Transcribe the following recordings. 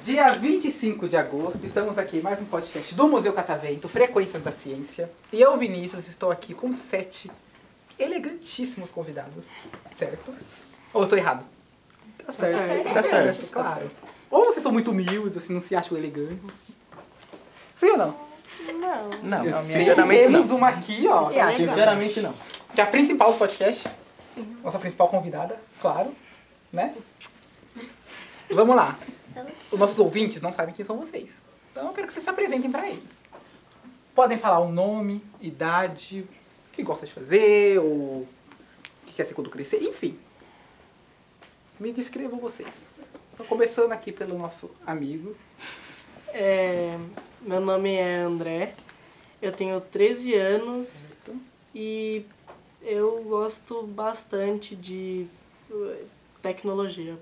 Dia 25 de agosto, estamos aqui em mais um podcast do Museu Catavento, Frequências da Ciência. E eu, Vinícius, estou aqui com sete elegantíssimos convidados, certo? Ou eu tô errado? Tá certo. Tá certo, claro. Ou vocês são muito humildes, assim, não se acham elegantes. Sim ou não? Não. Não, Eu sei que sinceramente temos não. uma aqui, ó. Se é acha. Sinceramente não. Que é a principal do podcast. Sim. Nossa principal convidada, claro. Né? Vamos lá. Os nossos ouvintes não sabem quem são vocês. Então eu quero que vocês se apresentem pra eles. Podem falar o nome, idade, o que gosta de fazer, ou o que quer ser quando crescer, enfim. Me descrevam vocês. Então, começando aqui pelo nosso amigo. É, meu nome é André, eu tenho 13 anos e eu gosto bastante de uh, tecnologia.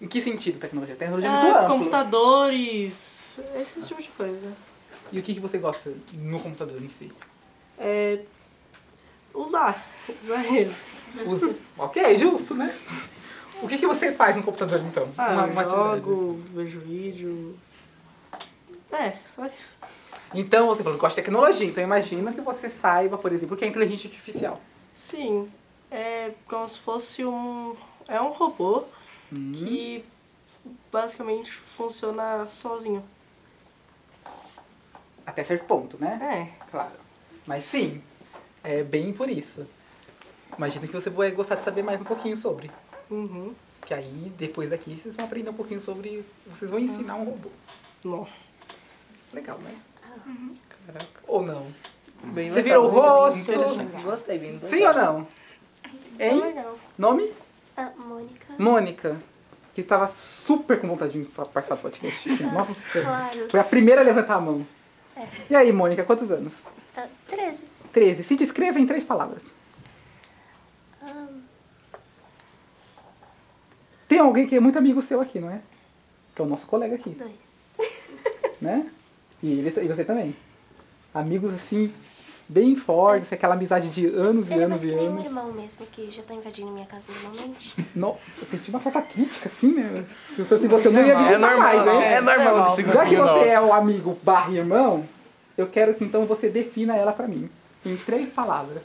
Em que sentido tecnologia? Tecnologia Ah, é muito ampla. computadores, esse tipo de coisa. E o que, que você gosta no computador em si? É, usar, usar ele. Os... ok, justo, né? O que, que você faz no computador então? Ah, Uma- uma atividade. jogo, vejo vídeo. É, só isso. Então você falou que gosta de tecnologia, então imagina que você saiba, por exemplo, o que é inteligência artificial. Sim, é como se fosse um. É um robô Uhum. que basicamente funciona sozinho. Até certo ponto, né? É, Claro. Mas sim, é bem por isso. Imagina que você vai gostar de saber mais um pouquinho sobre. uhum. Que aí, depois daqui, vocês vão aprender um pouquinho sobre. Vocês vão ensinar um robô. Nossa. Legal, né? Caraca. Ou não? Bem, Você virou o rosto. Gostei bem. Sim ou não? É Hein? legal. Nome? A Ah, Mônica. Hum. Mônica, que estava super com vontade de fa- participar do podcast. assim, Nossa, Claro. foi a primeira a levantar a mão. É. E aí, Mônica, quantos anos? A 13. 13. Se descreva em três palavras. Ahn, Tem alguém que é muito amigo seu aqui, não é? Que é o nosso colega aqui, dois. né? E, ele, e você também. Amigos assim, bem fortes, aquela amizade de anos e É. Ele é mais anos que e nem um anos. irmão mesmo, que já tá invadindo minha casa normalmente. No- eu senti uma certa crítica, assim, né? Se eu fosse você, eu não ia visitar mais, né? É normal desse Já que grupinho você é o nosso. amigo barra irmão, eu quero que então você defina ela pra mim. Em três palavras.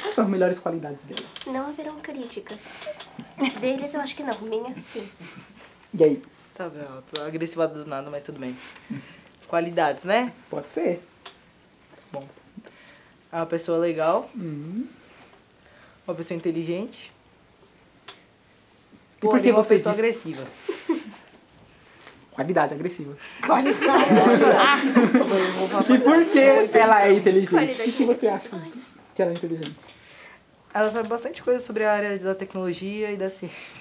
Quais são as melhores qualidades dela? Não haverão críticas. Deles eu acho que não, minha sim. E aí, Tá bom, tô agressiva do nada, mas tudo bem. Qualidades, né? pode ser? Bom. É uma pessoa legal, Hum. uma pessoa inteligente. E por que porém uma você pessoa disse? agressiva. Qualidade agressiva. Qualidade. e por que ela é inteligente? O que que você acha que ela é inteligente? Ela sabe bastante coisa sobre a área da tecnologia e da ciência.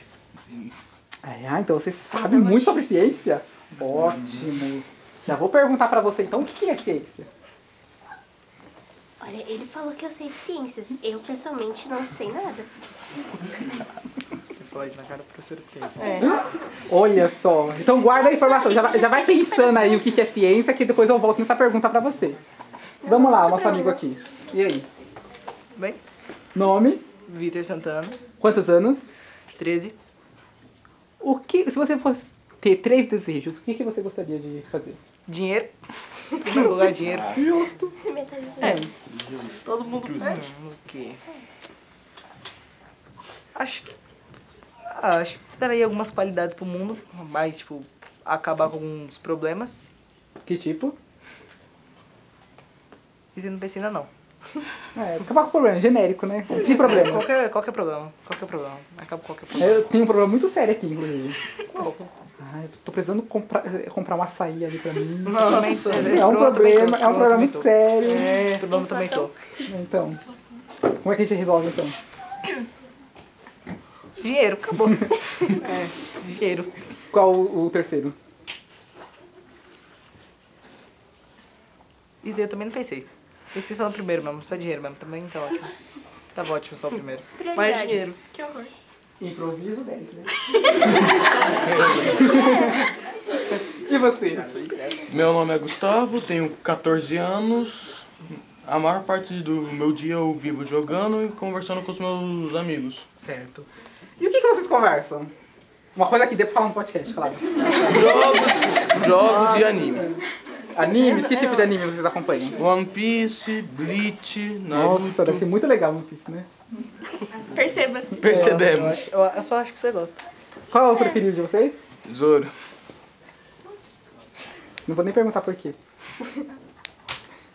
Ah, então você sabe muito sobre ciência? Ótimo. Já vou perguntar pra você então o que que é ciência? Olha, ele falou que eu sei de ciências. Eu, pessoalmente, não sei nada. Você fala isso na cara do professor de ciência. É, Olha só. Então guarda a informação. Já, vai- já vai pensando aí o que que é ciência, que depois eu volto nessa pergunta pra você. Vamos lá, nosso amigo aqui. E aí? É, Bem, Nome? Vitor Santana, Quantos anos? 13. O que, se você fosse ter três desejos, o que, que você gostaria de fazer? Dinheiro. Em primeiro lugar, dinheiro. Justo. Metade do É. todo mundo pede. Hum, o quê? Acho que. Ah, acho que traria algumas qualidades pro mundo, mas, tipo, acabar com alguns problemas. Que tipo? Isso eu não pensei ainda, não. É, acabar com o problema, genérico, né? Que problema? Qualquer, qualquer problema, qualquer problema. Acaba com qualquer problema. Eu tenho um problema muito sério aqui, inclusive. Ai, eu tô precisando comprar, eh, comprar um açaí ali pra mim. Nossa, É um problema, é um problema muito sério. Esse problema também tô. Então, como é que a gente resolve então? Dinheiro, acabou. é, dinheiro. Qual o, o terceiro? Isso daí eu também não pensei. Pensei só no primeiro mesmo, só dinheiro mesmo. Também tá ótimo. Tava ótimo só o primeiro. Mais dinheiro. Improviso 10, né? E você? Meu nome é Gustavo, tenho 14 anos. A maior parte do meu dia eu vivo jogando e conversando com os meus amigos. Certo. E o que, que vocês conversam? Uma coisa que dê pra falar no podcast, claro. Jogos, jogos e anime. Animes? Que tipo de anime vocês acompanham? One Piece, Bleach, Naruto. Nossa, deve ser muito legal One Piece, né? Perceba-se. Percebemos. Eu, eu só acho que você gosta. Qual é o preferido de vocês? Zoro. Não vou nem perguntar por quê.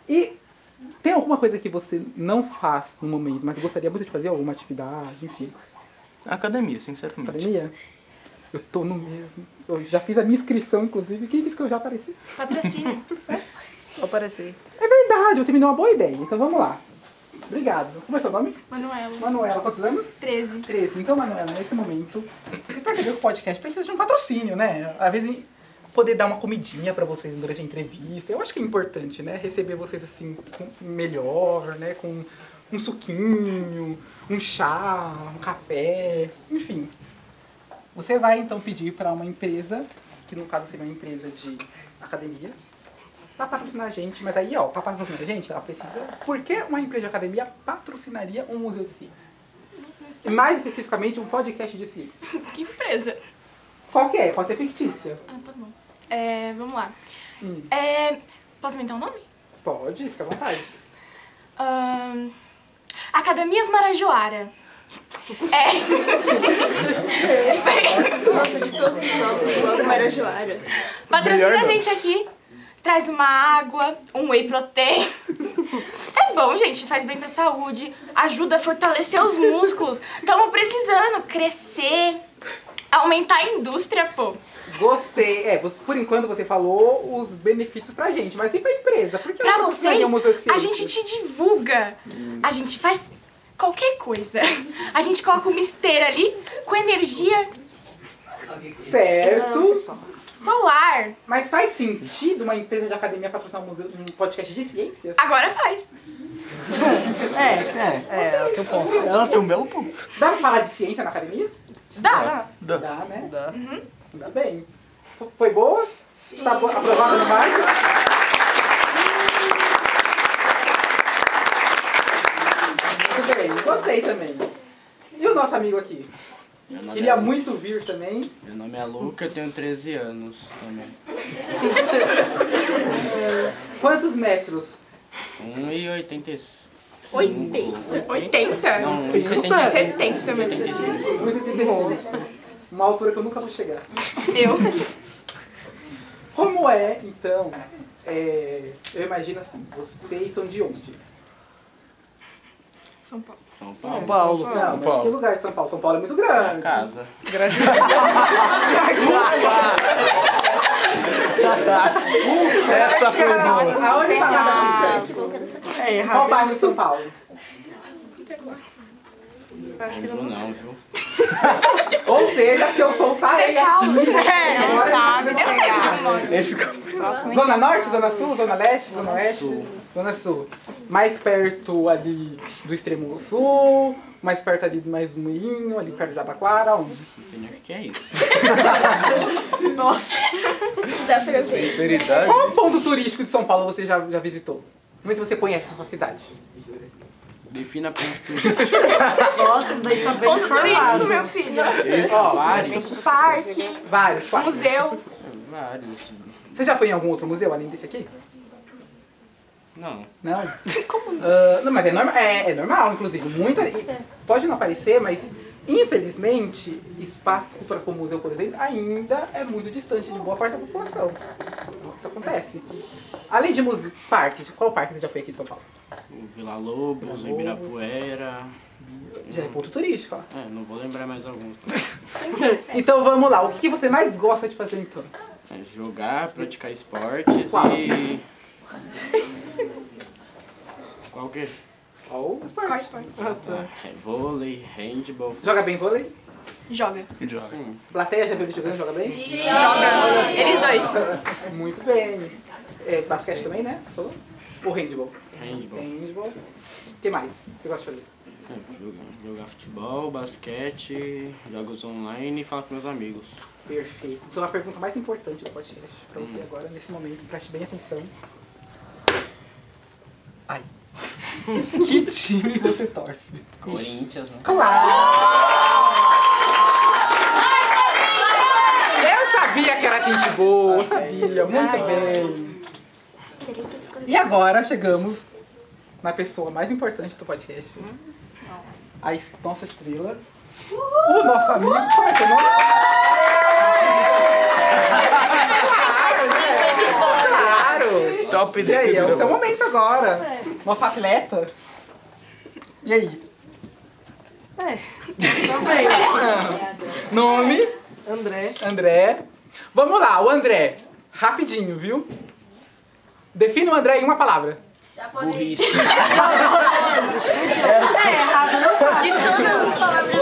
E tem alguma coisa que você não faz no momento, mas gostaria muito de fazer alguma atividade, enfim, Academia, sinceramente. academia? Eu tô no mesmo. Eu já fiz a minha inscrição, inclusive. Quem disse que eu já apareci? Patrocínio. Só aparecer. É verdade, você me deu uma boa ideia. Então vamos lá. Obrigado. Como é seu nome? Manuela. Manuela, quantos anos? 13. 13. Então, Manuela, nesse momento, você percebeu que o podcast precisa de um patrocínio, né? Às vezes, poder dar uma comidinha pra vocês durante a entrevista. Eu acho que é importante, né? Receber vocês assim, com- melhor, né? Com um suquinho, um chá, um café, enfim. Você vai então pedir pra uma empresa, que no caso seria uma empresa de academia, pra patrocinar a gente. Mas aí, ó, pra patrocinar a gente, ela precisa. Por que uma empresa de academia patrocinaria um museu de ciências? E mais especificamente, um podcast de ciência. Que empresa. Qual que é? Pode ser fictícia. Ah, tá bom. É, vamos lá. Hum. É, posso inventar um nome? Pode, fica à vontade. Ahn, Academias Marajoara. É, Nossa, É, de todos os nomes, logo Marajoara. patrocina Melhor a não. gente aqui. Traz uma água, um whey protein. É bom, gente, faz bem pra saúde, ajuda a fortalecer os músculos. Estamos precisando crescer, aumentar a indústria, pô. Gostei. É, você- por enquanto você falou os benefícios pra gente, mas e pra empresa? Por que Pra ela patrocinaria vocês, um museu de a ciência? gente te divulga. A gente faz qualquer coisa. A gente coloca uma esteira ali com energia Certo. solar. Mas faz sentido uma empresa de academia patrocinar um, museu, um podcast de ciências? Agora faz. É, é. É, ela tem um ponto. Ela tem um belo ponto. Dá pra falar de ciência na academia? Dá. Dá. Dá, né? Dá. Ainda bem. F- Foi boa? Tá bo- aprovada no marco? Muito bem, gostei também. E o nosso amigo aqui? Meu nome, Queria é, muito vir também. meu nome é Luca, eu tenho 13 anos também. Quantos metros? 1,85. 80. 80? Não, 1,75. 70, meu Deus. 1,85. Uma altura que eu nunca vou chegar. Eu. Como é, então? é, eu imagino assim, vocês são de onde? São Paulo. São Paulo. São Paulo. Não, mas Paulo. que lugar de São Paulo? São Paulo é muito grande. Casa. Essa foi boa. Caramba, aonde está nada Ah, Que bom que eu não sou É Qual errado. bairro de São Paulo? Lembro não, viu? Ou seja, se eu sou parei aqui, agora é sabe Zona Norte, Zona Sul, Zona Leste, Zona Oeste? Zona Sul. Mais perto ali do extremo sul, mais perto ali do mais moinho, ali perto de Abaquara, onde? Não sei nem o que que é isso. Dá pra ver. É Sinceridade. Qual ponto turístico de São Paulo você já, já visitou? Vamos ver se você conhece a sua cidade. Defina ponto turístico. Nossa, isso daí tá bem Ponto turístico, meu filho. Vários. Parque, Vários, quatro. museu. Vários. Você já foi em algum outro museu além desse aqui? Não. Não. Ah, não, mas é normal, é, é normal, inclusive. Muita, e- pode não aparecer, mas infelizmente, espaço cultural como museu, por exemplo, ainda é muito distante de boa parte da população. Isso acontece. Além de muse... parque, de qual parque você já foi aqui em São Paulo? O Vila Lobos, o Ibirapuera. Já é ponto turístico. ó. É, não vou lembrar mais alguns. Então vamos lá, o que que você mais gosta de fazer então? É jogar, praticar esportes Qual? e. Qual que? é? Qual os Qual parques? esporte? É vôlei, handball. Joga bem vôlei? Joga. Joga. Sim. Plateia já viu ele jogando? Joga bem? Joga. Eles dois. Muito bem. É, basquete também, né? Você falou? Ou handball? Handball. Handball. O que mais você gosta de fazer? É, jogar, jogar futebol, basquete, jogos online e falar com meus amigos. Perfeito. Então a pergunta mais importante do podcast pra Hum. você agora, nesse momento, preste bem atenção. Ai. que time você torce? Corinthians, né? Claro! Eu sabia que era gente boa, eu sabia, muito bem. Direito de escolher. E agora chegamos na pessoa mais importante do podcast. A es- nossa estrela. O nosso amigo. Como é que é o nome? Claro! né? Claro! Top E aí, é o seu defibrilador. momento agora. Nosso atleta. E aí? Também. Nome? André. André. Vamos lá, o André. Rapidinho, viu? Defina o André em uma palavra. Burrice.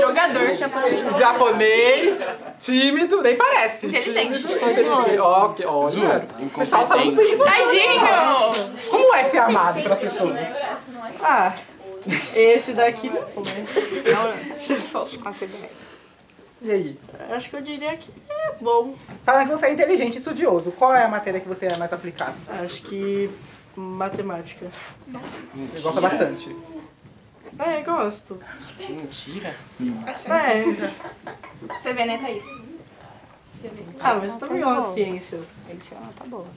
Jogador japonês. Japonês, tímido, nem parece. Inteligente. Tímido, inteligente. Ok, olha. O pessoal falando bem de você. Tadinho! Como é ser amado pelas pessoas? Ah, esse daqui não, é. né? E aí? Acho que eu diria que é bom. Falando que você é inteligente e estudioso, qual é a matéria que você é mais aplicado? Acho que matemática. Você gosta bastante. É, gosto. Mentira. É. Você vê, né, Thaís? Ah, mas eu também gosto de ciências.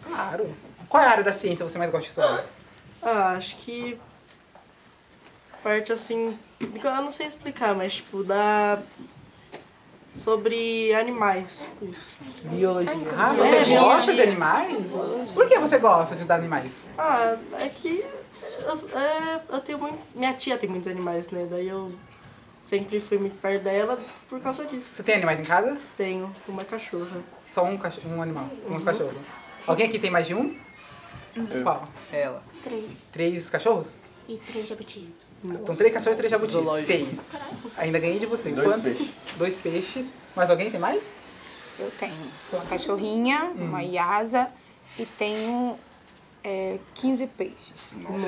Claro. Qual é a área da ciência você mais gosta de estudar? Ah, acho que parte assim, eu não sei explicar, mas tipo da sobre animais, tipo isso. Biologia. Ah, você gosta de animais? Por que você gosta de estudar animais? Ah, é que eu, é, eu tenho muito, minha tia tem muitos animais, né? Daí eu sempre fui muito perto dela por causa disso. Você tem animais em casa? Tenho uma cachorra. Só um, cachorro, um animal, um cachorro. Alguém aqui tem mais de um? Qual? Ela. Três. Três cachorros? E três jabuti. Então três cachorros e três jabutis. Zoológico. Seis. Ainda ganhei de você. Dois Quantos? peixes. Dois peixes. Mais alguém tem mais? Eu tenho uma cachorrinha, Hum. uma iasa e tenho é, 15 peixes.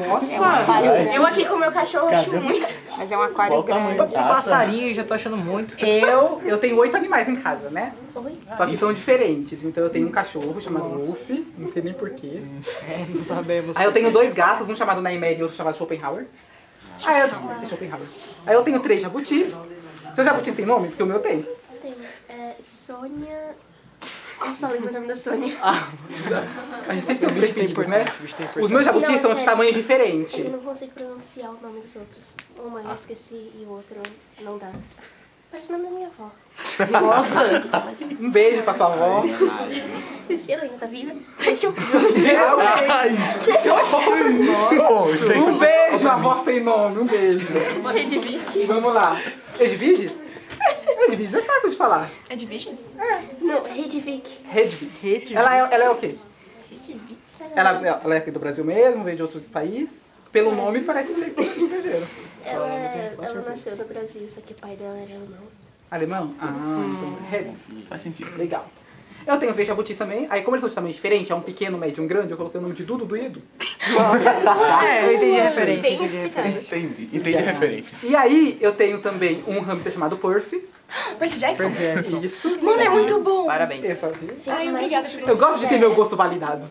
Nossa! Eu aqui com meu cachorro acho muito. Mas é um aquário Qual o tamanho? grande. Um passarinho, eu já tô achando muito. Eu, eu tenho oito animais em casa, né? Oi? Só que são diferentes. Então eu tenho um cachorro chamado Luffy, não sei nem porquê. É, não sabemos. Aí eu tenho dois gatos, um chamado Nightmare e outro chamado Schopenhauer. Aí eu, é Schopenhauer. Aí eu tenho três jabutis. Seu jabutis tem nome? Porque o meu tem. Tem é, Sônia. Eu só lembro é o nome da Sônia. A gente sempre tem os prefeitos, né? Os meus Não, jabutis são de sério. tamanhos É Eu diferentes. não consigo pronunciar o nome dos outros. Uma Ah. eu esqueci e o outro não dá. Parece o nome da minha avó. Nossa! Um beijo pra sua avó. Se ela ainda tá viva. Pô, isso tem- Um beijo, avó sem nome, um beijo. Vamos lá. Edviges? Edviges é fácil de falar. É de bichas? Não, Redvic. Redvig. Ela é, ela é o quê? Ela, ela é aqui do Brasil mesmo, veio de outros países. Pelo nome parece ser é estrangeiro. Ela, é, ela nasceu no Brasil, só que o pai dela era alemão. Alemão? Ah, então. Redvig. Faz sentido. Legal. Eu tenho três jabutis também. Aí, como eles são de tamanho diferente, é um pequeno, médio e um grande, eu coloquei o nome de Dudu do Edu. É, eu entendi a referência. entendi a referência. Entendi. Entendi a referência. E aí, eu tenho também um hamster chamado Percy. Ah, Percy Jackson? Isso. Mano, é muito bom. Parabéns. Esse aqui. Ai, obrigada por Eu gosto de ter meu gosto validado.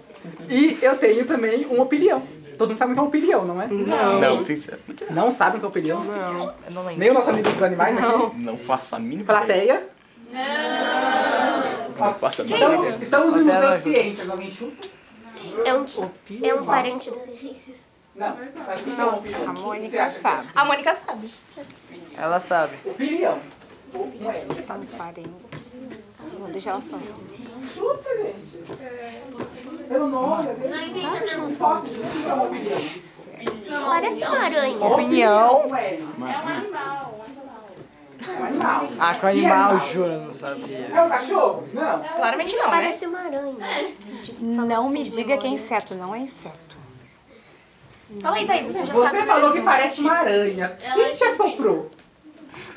E eu tenho também um opinião. Todo mundo sabe o que é um opinião, não é? Não, sincero. Não sabem o que é opinião? Não. Eu não lembro. Nem o nosso amigo dos animais? Não. Não faça a mínima ideia. Plateia? Não faça a mínima Então, ideia. estamos no Museu Plateia. de Ciências. Alguém chuta? É um, é um parente das raízes. Não. Mas quem é um A opinião? Mônica sabe. A Mônica sabe. Ela sabe. Opinião. Sabe parente. Não, deixa ela falar. Chuta, gente. Pelo nome, às vezes, Um não pode. Parece uma aranha. Opinião. Então, um É um animal. Ah, com animal, juro, eu não sabia. É um cachorro? Não. Claramente não, né? Parece uma aranha. tipo, assim Não me diga que é inseto, não é inseto. Fala aí, Thaís, você já sabe. Você falou que mesmo. parece uma aranha. Quem te assoprou?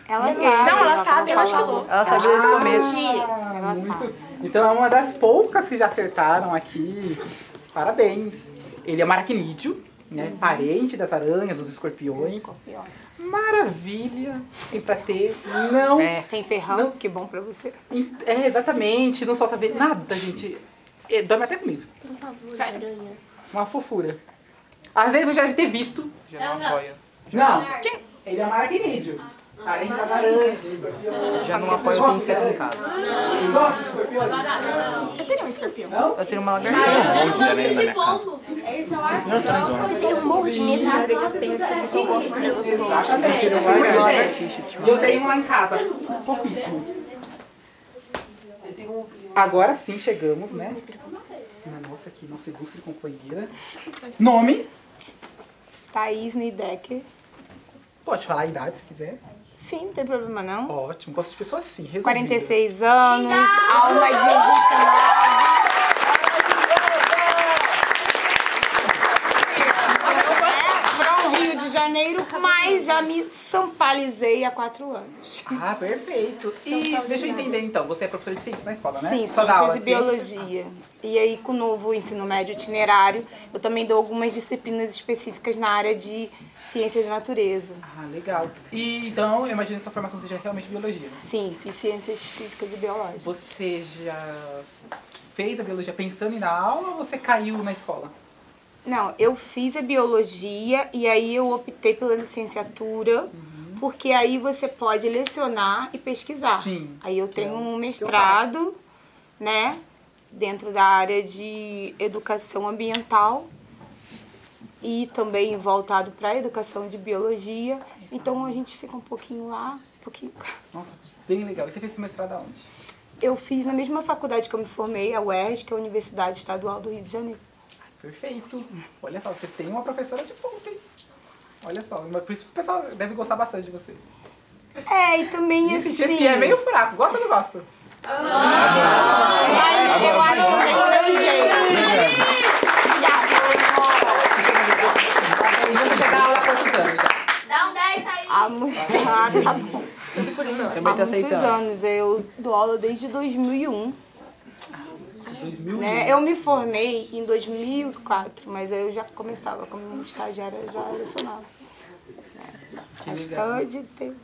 Ela sabe. Não, ela tá sabe, ela falando. falou. Ela sabe desde o começo. Ela sabe. Então é uma das poucas que já acertaram aqui. Parabéns. Ele é um aracnídeo. né? Parente das aranhas, dos escorpiões. Escorpião. Maravilha! Sem pra ter. Não. É. Tem ferrão, Não. que bom pra você. exatamente. Não solta ver nada, gente. É, dorme até comigo. Tem pavor de Sério? aranha. Uma fofura. Às vezes você já deve ter visto. Não, não. Não. Ah, um Ele é maraquinídeo. Parente das aranhas, dos escorpiões. Já não apoio um como você tá em casa. Nossa, escorpião. Eu teria um escorpião. Não? Eu tenho uma lagartixa. Um monte de aranha né? na minha casa. Eu tenho uma aranha. Eu morro de medo de aranha preta, só que eu gosto delas. Exatamente. Eu Uma tenho. lagartixa, tipo. E eu tenho um lá em casa, fofíssimo. Agora sim chegamos, né? Na nossa que não se ilustre companheira. Nome? Thaís Nidecker. Pode falar a idade se quiser. Sim, não tem problema não. Ótimo, gosto de pessoas assim, resolvidas. 46 anos, alma de 29. É, from Rio de Janeiro, mas já me sampalizei há quatro anos. Ah, perfeito. E deixa eu entender então, você é professora de ciências na escola, né? Sim, Só dá aula ciências de e ciências? biologia. E aí, com o novo ensino médio itinerário, eu também dou algumas disciplinas específicas na área de ciência da natureza. Ah, legal. E então, eu imagino que sua formação seja realmente biologia. né? Sim, fiz ciências físicas e biológicas. Você já fez a biologia pensando em dar aula ou você caiu na escola? Não, eu fiz a biologia e aí eu optei pela licenciatura, Uhum. porque aí você pode lecionar e pesquisar. Sim. é Aí eu tenho um mestrado, né, dentro da área de educação ambiental e também voltado para a educação de biologia. Então a gente fica um pouquinho lá, um pouquinho cá. Nossa, bem legal. E você fez esse mestrado aonde? Eu fiz na mesma faculdade que eu me formei, a UERJ, que é a Universidade Estadual do Rio de Janeiro. Perfeito. Olha só, vocês têm uma professora de ponta, hein? Olha só, mas por isso que o pessoal deve gostar bastante de vocês. É, e também Esse assim... chefe é meio fraco, gosta ou não gosta? Mas eu acho que é tem o meu jeito. Aí você já dá aula há quantos anos já? Dá um 10 aí. Há muito, ah, tá bom. Há Também tá muitos aceitando. anos. Eu dou aula desde 2001. 2000? Né? Eu me formei em 2004, mas aí eu já começava como estagiária, eu já lecionava. né? Bastante tempo.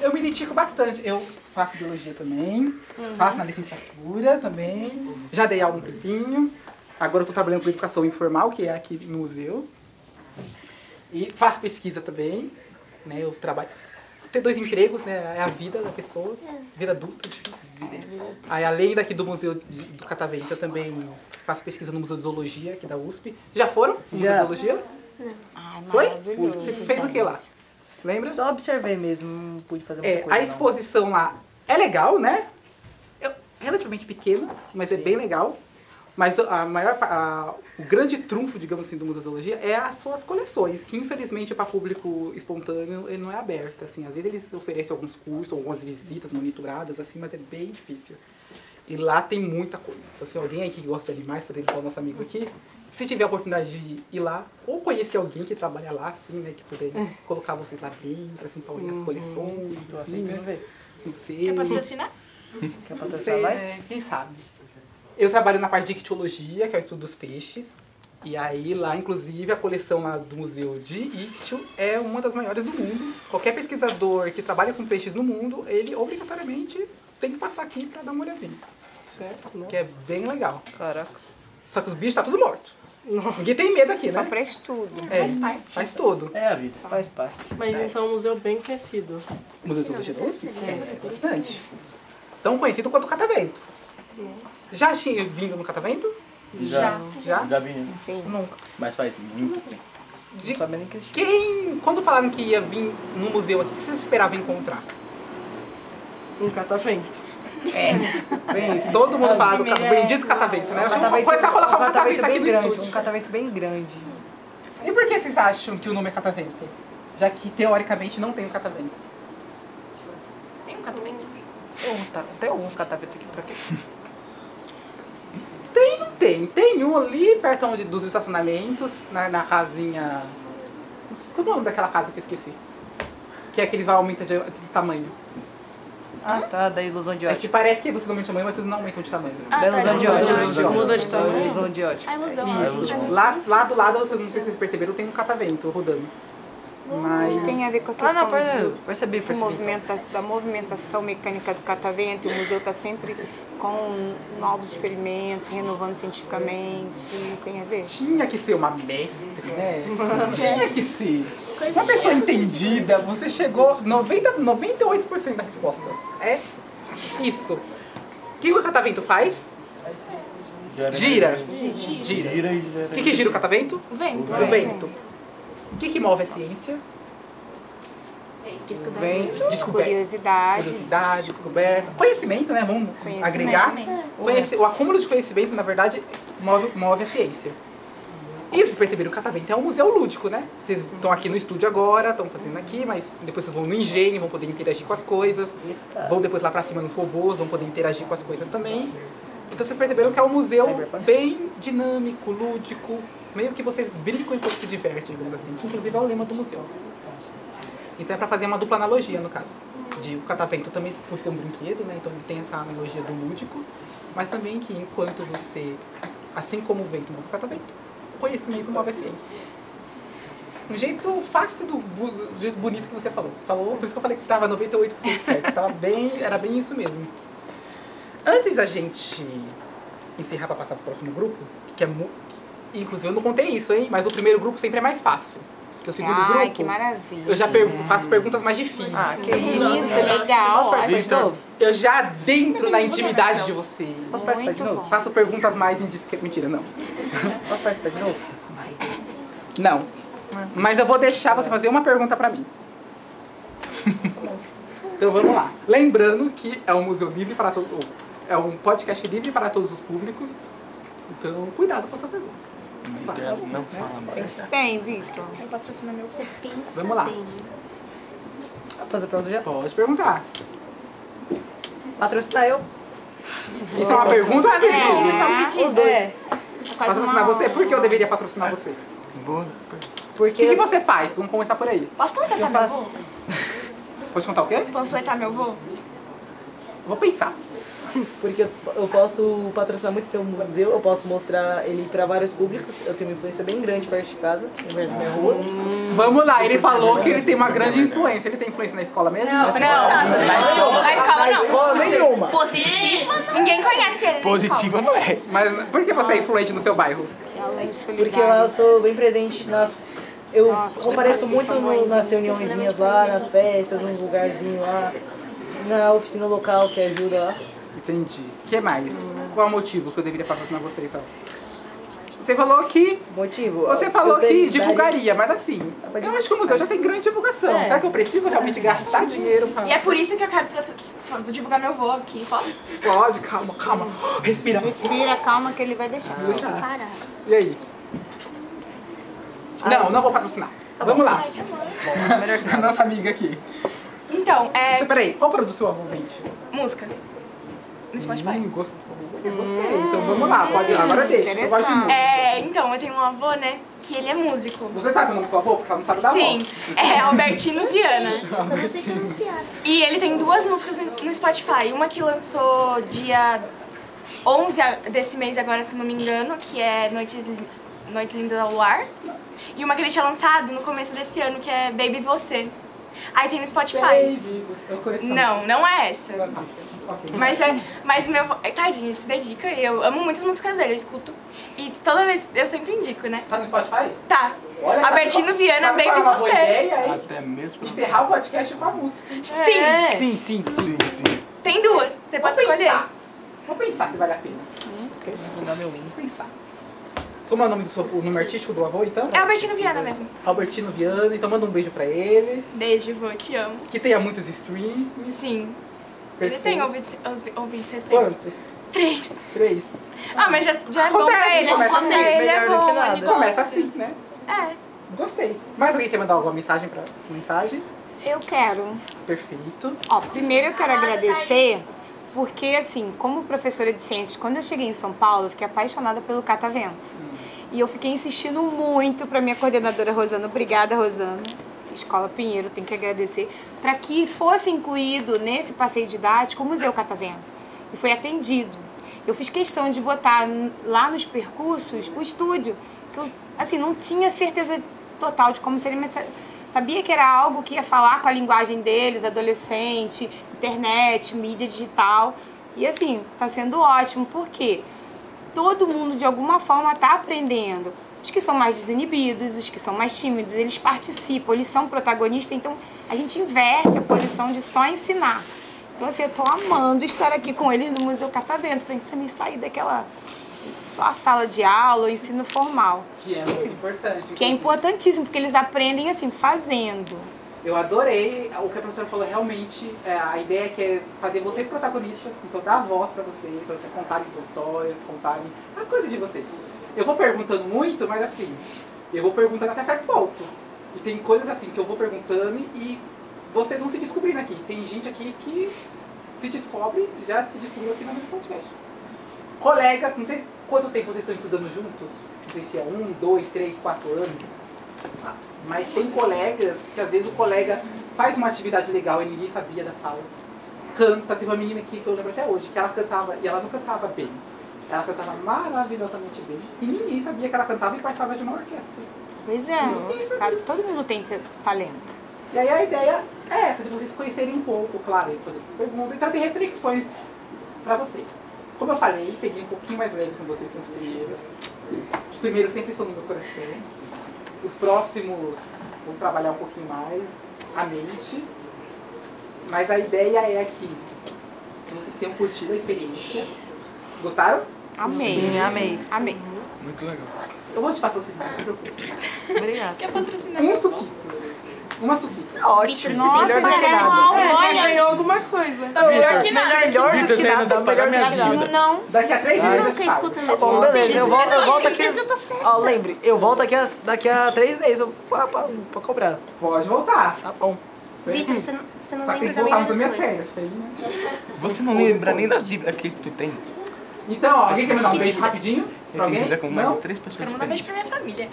Eu me identifico bastante. Eu faço biologia também, faço na licenciatura também, já dei aula um tempinho. Agora eu tô trabalhando com educação informal, que é aqui no museu. E faço pesquisa também, né? Eu trabalho... Ter dois empregos, né? É a vida da pessoa, vida adulta, é difícil. Aí, além daqui do Museu de- do Catavento, eu também faço pesquisa no Museu de Zoologia aqui da USP. Já foram no Museu de Já. Zoologia? Ai, Foi? maravilhoso. Você fez o que lá? Lembra? Só observei mesmo, não pude fazer muita É, coisa. a não. exposição lá é legal, né? É relativamente pequena, mas é bem legal. Mas a maior, pa- a- o grande trunfo, digamos assim, do museologia é as suas coleções, que infelizmente para público espontâneo ele não é aberto. Assim, às vezes eles oferecem alguns cursos, algumas visitas monitoradas, assim, mas é bem difícil. E lá tem muita coisa. Então, se alguém aí que gosta de animais, por exemplo, o nosso amigo aqui, se tiver a oportunidade de ir lá, ou conhecer alguém que trabalha lá, assim, né, que puder colocar vocês lá dentro, assim, pra olhar as coleções, Tô assim, né? aceitando ver. Não sei. Quer patrocinar? Quer Não patrocinar sei, mais? né? Quem sabe? Eu trabalho na parte de ictiologia, que é o estudo dos peixes. E aí lá, inclusive, a coleção lá do Museu de Ictio é uma das maiores do mundo. Qualquer pesquisador que trabalha com peixes no mundo, ele obrigatoriamente tem que passar aqui pra dar uma olhadinha. Certo, né? Que é bem legal. Caraca. Só que os bichos tá tudo morto. Ninguém tem medo aqui, Só né? para estudo. É, faz parte. Faz tudo. É a vida. Faz parte. Mas então, um museu bem conhecido. Museu de Zoologia um da USP? É, é importante. Tão conhecido quanto o catavento. Já tinha vindo no catavento? Já. É. Já? Já vim. Sim. Nunca. Mas faz muito tempo. De Não sabia nem que existia. quem. Quando falaram que ia vir no museu aqui, o que vocês esperavam encontrar? Um catavento. Todo mundo fala do ca- primeiro é- bendito catavento, né? Eu acho que vou Catavento- começar a colocar o catavento aqui bem no grande, estúdio. Um catavento bem grande. E por que vocês acham que o nome é catavento? Já que teoricamente não tem o catavento. Tem um catamento. Oh, tá, tem algum catavento aqui pra quê? Tem, não tem. Tem um ali perto onde, dos estacionamentos, na, na casinha. Qual é o nome daquela casa que eu esqueci? Que é que ele vai aumentar de, de tamanho. Ah, tá, da ilusão de É que ótica. parece que vocês aumentam de tamanho, mas vocês não aumentam de tamanho. Ah, Da tá, ilusão de gente. ótica. Ilusão de Da tamanho. ilusão de ótica. A ilusão. Isso. ó. Lá, lá do lado, vocês não sei se vocês perceberam, tem um catavento rodando. Mas. Isso tem a ver com Ah, a questão não, do- percebi, percebi. se então. percebi. movimenta, da movimentação mecânica do catavento. O museu está sempre com novos experimentos, renovando cientificamente. Tem a ver? Tinha que ser uma mestre, né? Tinha que ser. Uma pessoa entendida, você chegou 90, 98% da resposta. É isso. O que o catavento faz? Gira. Gira. Gira e O que, que gira o catavento? Vento. é. O vento. O que, que move a ciência? Descoberta. Curiosidade. Curiosidade, descoberta. Conhecimento, né? Vamos Conhecimento. agregar. Conhecimento. Conhece- O acúmulo de conhecimento, na verdade, move, move a ciência. E vocês perceberam que o Catavento é um museu lúdico, né? Vocês estão aqui no estúdio agora, estão fazendo aqui, mas depois vocês vão no engenho, vão poder interagir com as coisas. Vão depois lá pra cima nos robôs, vão poder interagir com as coisas também. Então vocês perceberam que é um museu bem dinâmico, lúdico, meio que vocês brincam enquanto se divertem, digamos assim. Que inclusive é o lema do museu. Então é pra fazer uma dupla analogia, no caso. De o catavento também por ser um brinquedo, né? Então ele tem essa analogia do lúdico, mas também que enquanto você, assim como o vento move o catavento, o conhecimento move a ciência. Um jeito fácil do, bu- do jeito bonito que você falou. Falou, por isso que eu falei que tava 98% certo. Tava bem, era bem isso mesmo. Antes da gente encerrar pra passar pro próximo grupo, que é mu- inclusive eu não contei isso, hein? Mas o primeiro grupo sempre é mais fácil. Porque o segundo Ai, grupo que maravilha. eu já pergu- faço perguntas mais difíceis. Ah, que Isso, legal. Victor, Eu já adentro na intimidade de você. Posso participar de novo? Faço perguntas mais indiscretas. Mentira, não. Posso participar de novo? Não. Mas eu vou deixar você fazer uma pergunta pra mim. então vamos lá. Lembrando que é um museu livre para todos. É um podcast livre para todos os públicos. Então, cuidado com essa pergunta. Deus, não fala mais. Tem, Victor. Eu patrocino meu. Você pensa Vamos lá. bem. Ah, fazer pergunta já. Pode perguntar. Patrocinar eu? Isso é uma pergunta ou um pedido? Só um Os dois. Quase Patrocinar uma- você? Por que eu deveria patrocinar você? O Boa. Porque que, que você faz? Vamos começar por aí. Posso panfletar meu faço. vô? Pode contar o quê? Panfletar meu vô? Vou pensar. Porque eu eu posso patrocinar muito teu museu, eu posso mostrar ele pra vários públicos. Eu tenho uma influência bem grande perto de casa, na minha rua. Vamos lá, ele falou que ele tem uma grande influência. Ele tem influência na escola mesmo? Não, Na escola não. nenhuma. Positiva. Ninguém conhece ele. na Positiva não é. Mas por que você é influente no seu bairro? Porque lá eu sou bem presente nas. Eu Nossa, compareço vocês muito são no- bons, nas hein? reuniõezinhas lá, nas festas, nos lugarzinhos lá, na oficina local que ajuda lá. Entendi. O que mais? Qual é o motivo que eu deveria patrocinar você então? Você falou que. Motivo? Você eu falou que tenho divulgaria, mas assim, eu acho que o museu já tem grande divulgação. Será que eu preciso realmente gastar dinheiro pra. escola. E é por isso que eu quero pra- divulgar meu vô aqui. Posso? Pode, calma, calma. Respira. Respira, calma que ele vai deixar. Deixa. Para. E aí? Não, não vou patrocinar. Vamos lá. A nossa amiga aqui. Então, Deixa, é. peraí, qual produto seu avô vende? Música. No Spotify. Hum, gostei. Gostei. Então vamos lá, pode ir lá. Agora deixa. Eu gosto de Interessante. música. É, então, eu tenho um avô, né? Que ele é músico. Você sabe o nome do seu avô? Porque ela não sabe da Sim, é Albertino Viana. Eu só não sei pronunciar. E ele tem duas músicas no Spotify. Uma que lançou dia 11 a- desse mês agora, se não me engano, que é Noites, Li- Noites Lindas ao Luar. E uma que ele tinha lançado no começo desse ano, que é Baby Você. Aí tem no Spotify. Eu conheço essa Não, não é essa. música. Ok. Mas é, mas meu, avô- tadinho, ele se dedica e eu amo muitas músicas dele, eu escuto. E toda vez eu sempre indico, né? Tá no Spotify? Tá. Olha, Albertino sabe- Viana, sabe qual Baby é uma boa Você. ideia, hein? Até mesmo. Encerrar o podcast com a música. Sim, É. Sim, sim, sim, sim. tem duas. Você pode Vou escolher. pensar. Vou pensar se vale a pena. Vou pensar. Como é o nome do seu o nome artístico do avô, então? É Albertino Viana mesmo. Albertino Viana, então manda um beijo pra ele. Beijo, vô, te amo. Que tenha muitos streams. Sim. Ele Perfeito. tem ouvintes, ouvi- ouvintes recentes. Quantos? Três. Três. Ah, mas já, já é bom Acontece, pra ele. começa Pra assim, ele é melhor do que bom, nada. ele gosta. Começa assim, né? É. Gostei. Mais alguém quer mandar alguma mensagem pra mensagem? Eu quero. Perfeito. Ó, primeiro eu quero agradecer, porque assim, como professora de ciências, quando eu cheguei em São Paulo, eu fiquei apaixonada pelo catavento. E eu fiquei insistindo muito para minha coordenadora Rosana, obrigada Rosana, Escola Pinheiro, tem que agradecer, para que fosse incluído nesse passeio didático o Museu Catavento. E foi atendido. Eu fiz questão de botar n- lá nos percursos o estúdio, que eu assim, não tinha certeza total de como seria, mas sa- sabia que era algo que ia falar com a linguagem deles, adolescente, internet, mídia digital. E assim, está sendo ótimo, por quê? todo mundo de alguma forma está aprendendo. Os que são mais desinibidos, os que são mais tímidos, eles participam, eles são protagonistas, então a gente inverte a posição de só ensinar. Então, assim, eu estou amando estar aqui com eles no Museu Catavento, para a gente também sair daquela só a sala de aula, o ensino formal. Que é muito importante. Que é importantíssimo, porque eles aprendem assim, fazendo. Eu adorei o que a professora falou, realmente, é, a ideia é que é fazer vocês protagonistas, então dar voz pra vocês, pra vocês contarem suas histórias, contarem as coisas de vocês. Eu vou perguntando muito, mas assim, eu vou perguntando até certo ponto. E tem coisas assim que eu vou perguntando e vocês vão se descobrindo aqui. Tem gente aqui que se descobre, já se descobriu aqui no meu podcast. Colegas, não sei quanto tempo vocês estão estudando juntos, não sei se é um, dois, três, quatro anos. Mas tem colegas que às vezes o colega faz uma atividade legal e ninguém sabia da sala. Canta, teve uma menina aqui que eu lembro até hoje, que ela cantava, e ela não cantava bem. Ela cantava maravilhosamente bem. E ninguém sabia que ela cantava e participava de uma orquestra. Pois é, cara, todo mundo tem te- talento. E aí a ideia é essa, de vocês conhecerem um pouco, claro, e fazer essas perguntas e trazer reflexões pra vocês. Como eu falei, peguei um pouquinho mais leve com vocês, são os primeiros. Os primeiros sempre são no meu coração. Os próximos vão trabalhar um pouquinho mais a mente. Mas a ideia é que vocês tenham curtido a experiência. Gostaram? Amei. Sim, amei. Amei. Muito legal. Eu vou te patrocinar, não se preocupe. Obrigada. Quer patrocinar? Um suquito. Uma suquita. Ótimo. Nossa, melhor do que Mariana, nada. olha, Você já ganhou alguma coisa. Tá melhor que nada. Melhor do Vitor, que você ainda nada. tá pagando minha Não, dívida. não. Daqui a três Você meses eu nunca te falo. escuta Tá meus bom, beleza. Eu, vol- eu volto aqui. Às vezes eu tô certa. Ó, lembre, eu volto aqui as- daqui a três meses eu- pra, pra, pra cobrar. Pode voltar. Tá bom. Vitor, você não, você não Só tem lembra que voltar da maioria é muito das minhas coisas. férias. né? Você não lembra nem das dívidas que tu tem. Então, ó, alguém quer mandar um Que beijo dívida? rapidinho? Pra Eu tenho que alguém? fazer com mais Não? de três pessoas Quero mandar beijo diferentes. pra minha família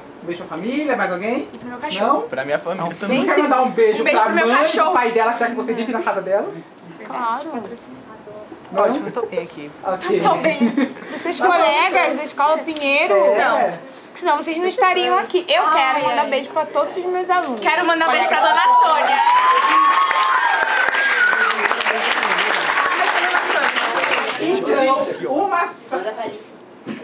Um beijo pra família, mais alguém? e pro meu cachorro. Não? Pra minha família também. Quer mandar um beijo, um beijo pra pro meu mãe, cachorro. pai dela, já que você vive na casa dela? Claro. Não? Ótimo, eu tô bem aqui. Ok. Tô bem. Os seus colegas da Escola Pinheiro. É. Porque senão vocês não estariam aqui. Eu quero mandar beijo pra todos os meus alunos. Quero mandar um beijo pra dona Sônia. Então, uma... sa-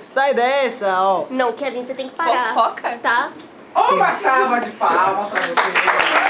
Sai dessa, ó. Não, Kevin, você tem que parar. Fofoca? Tá? Uma salva de palmas pra vocês.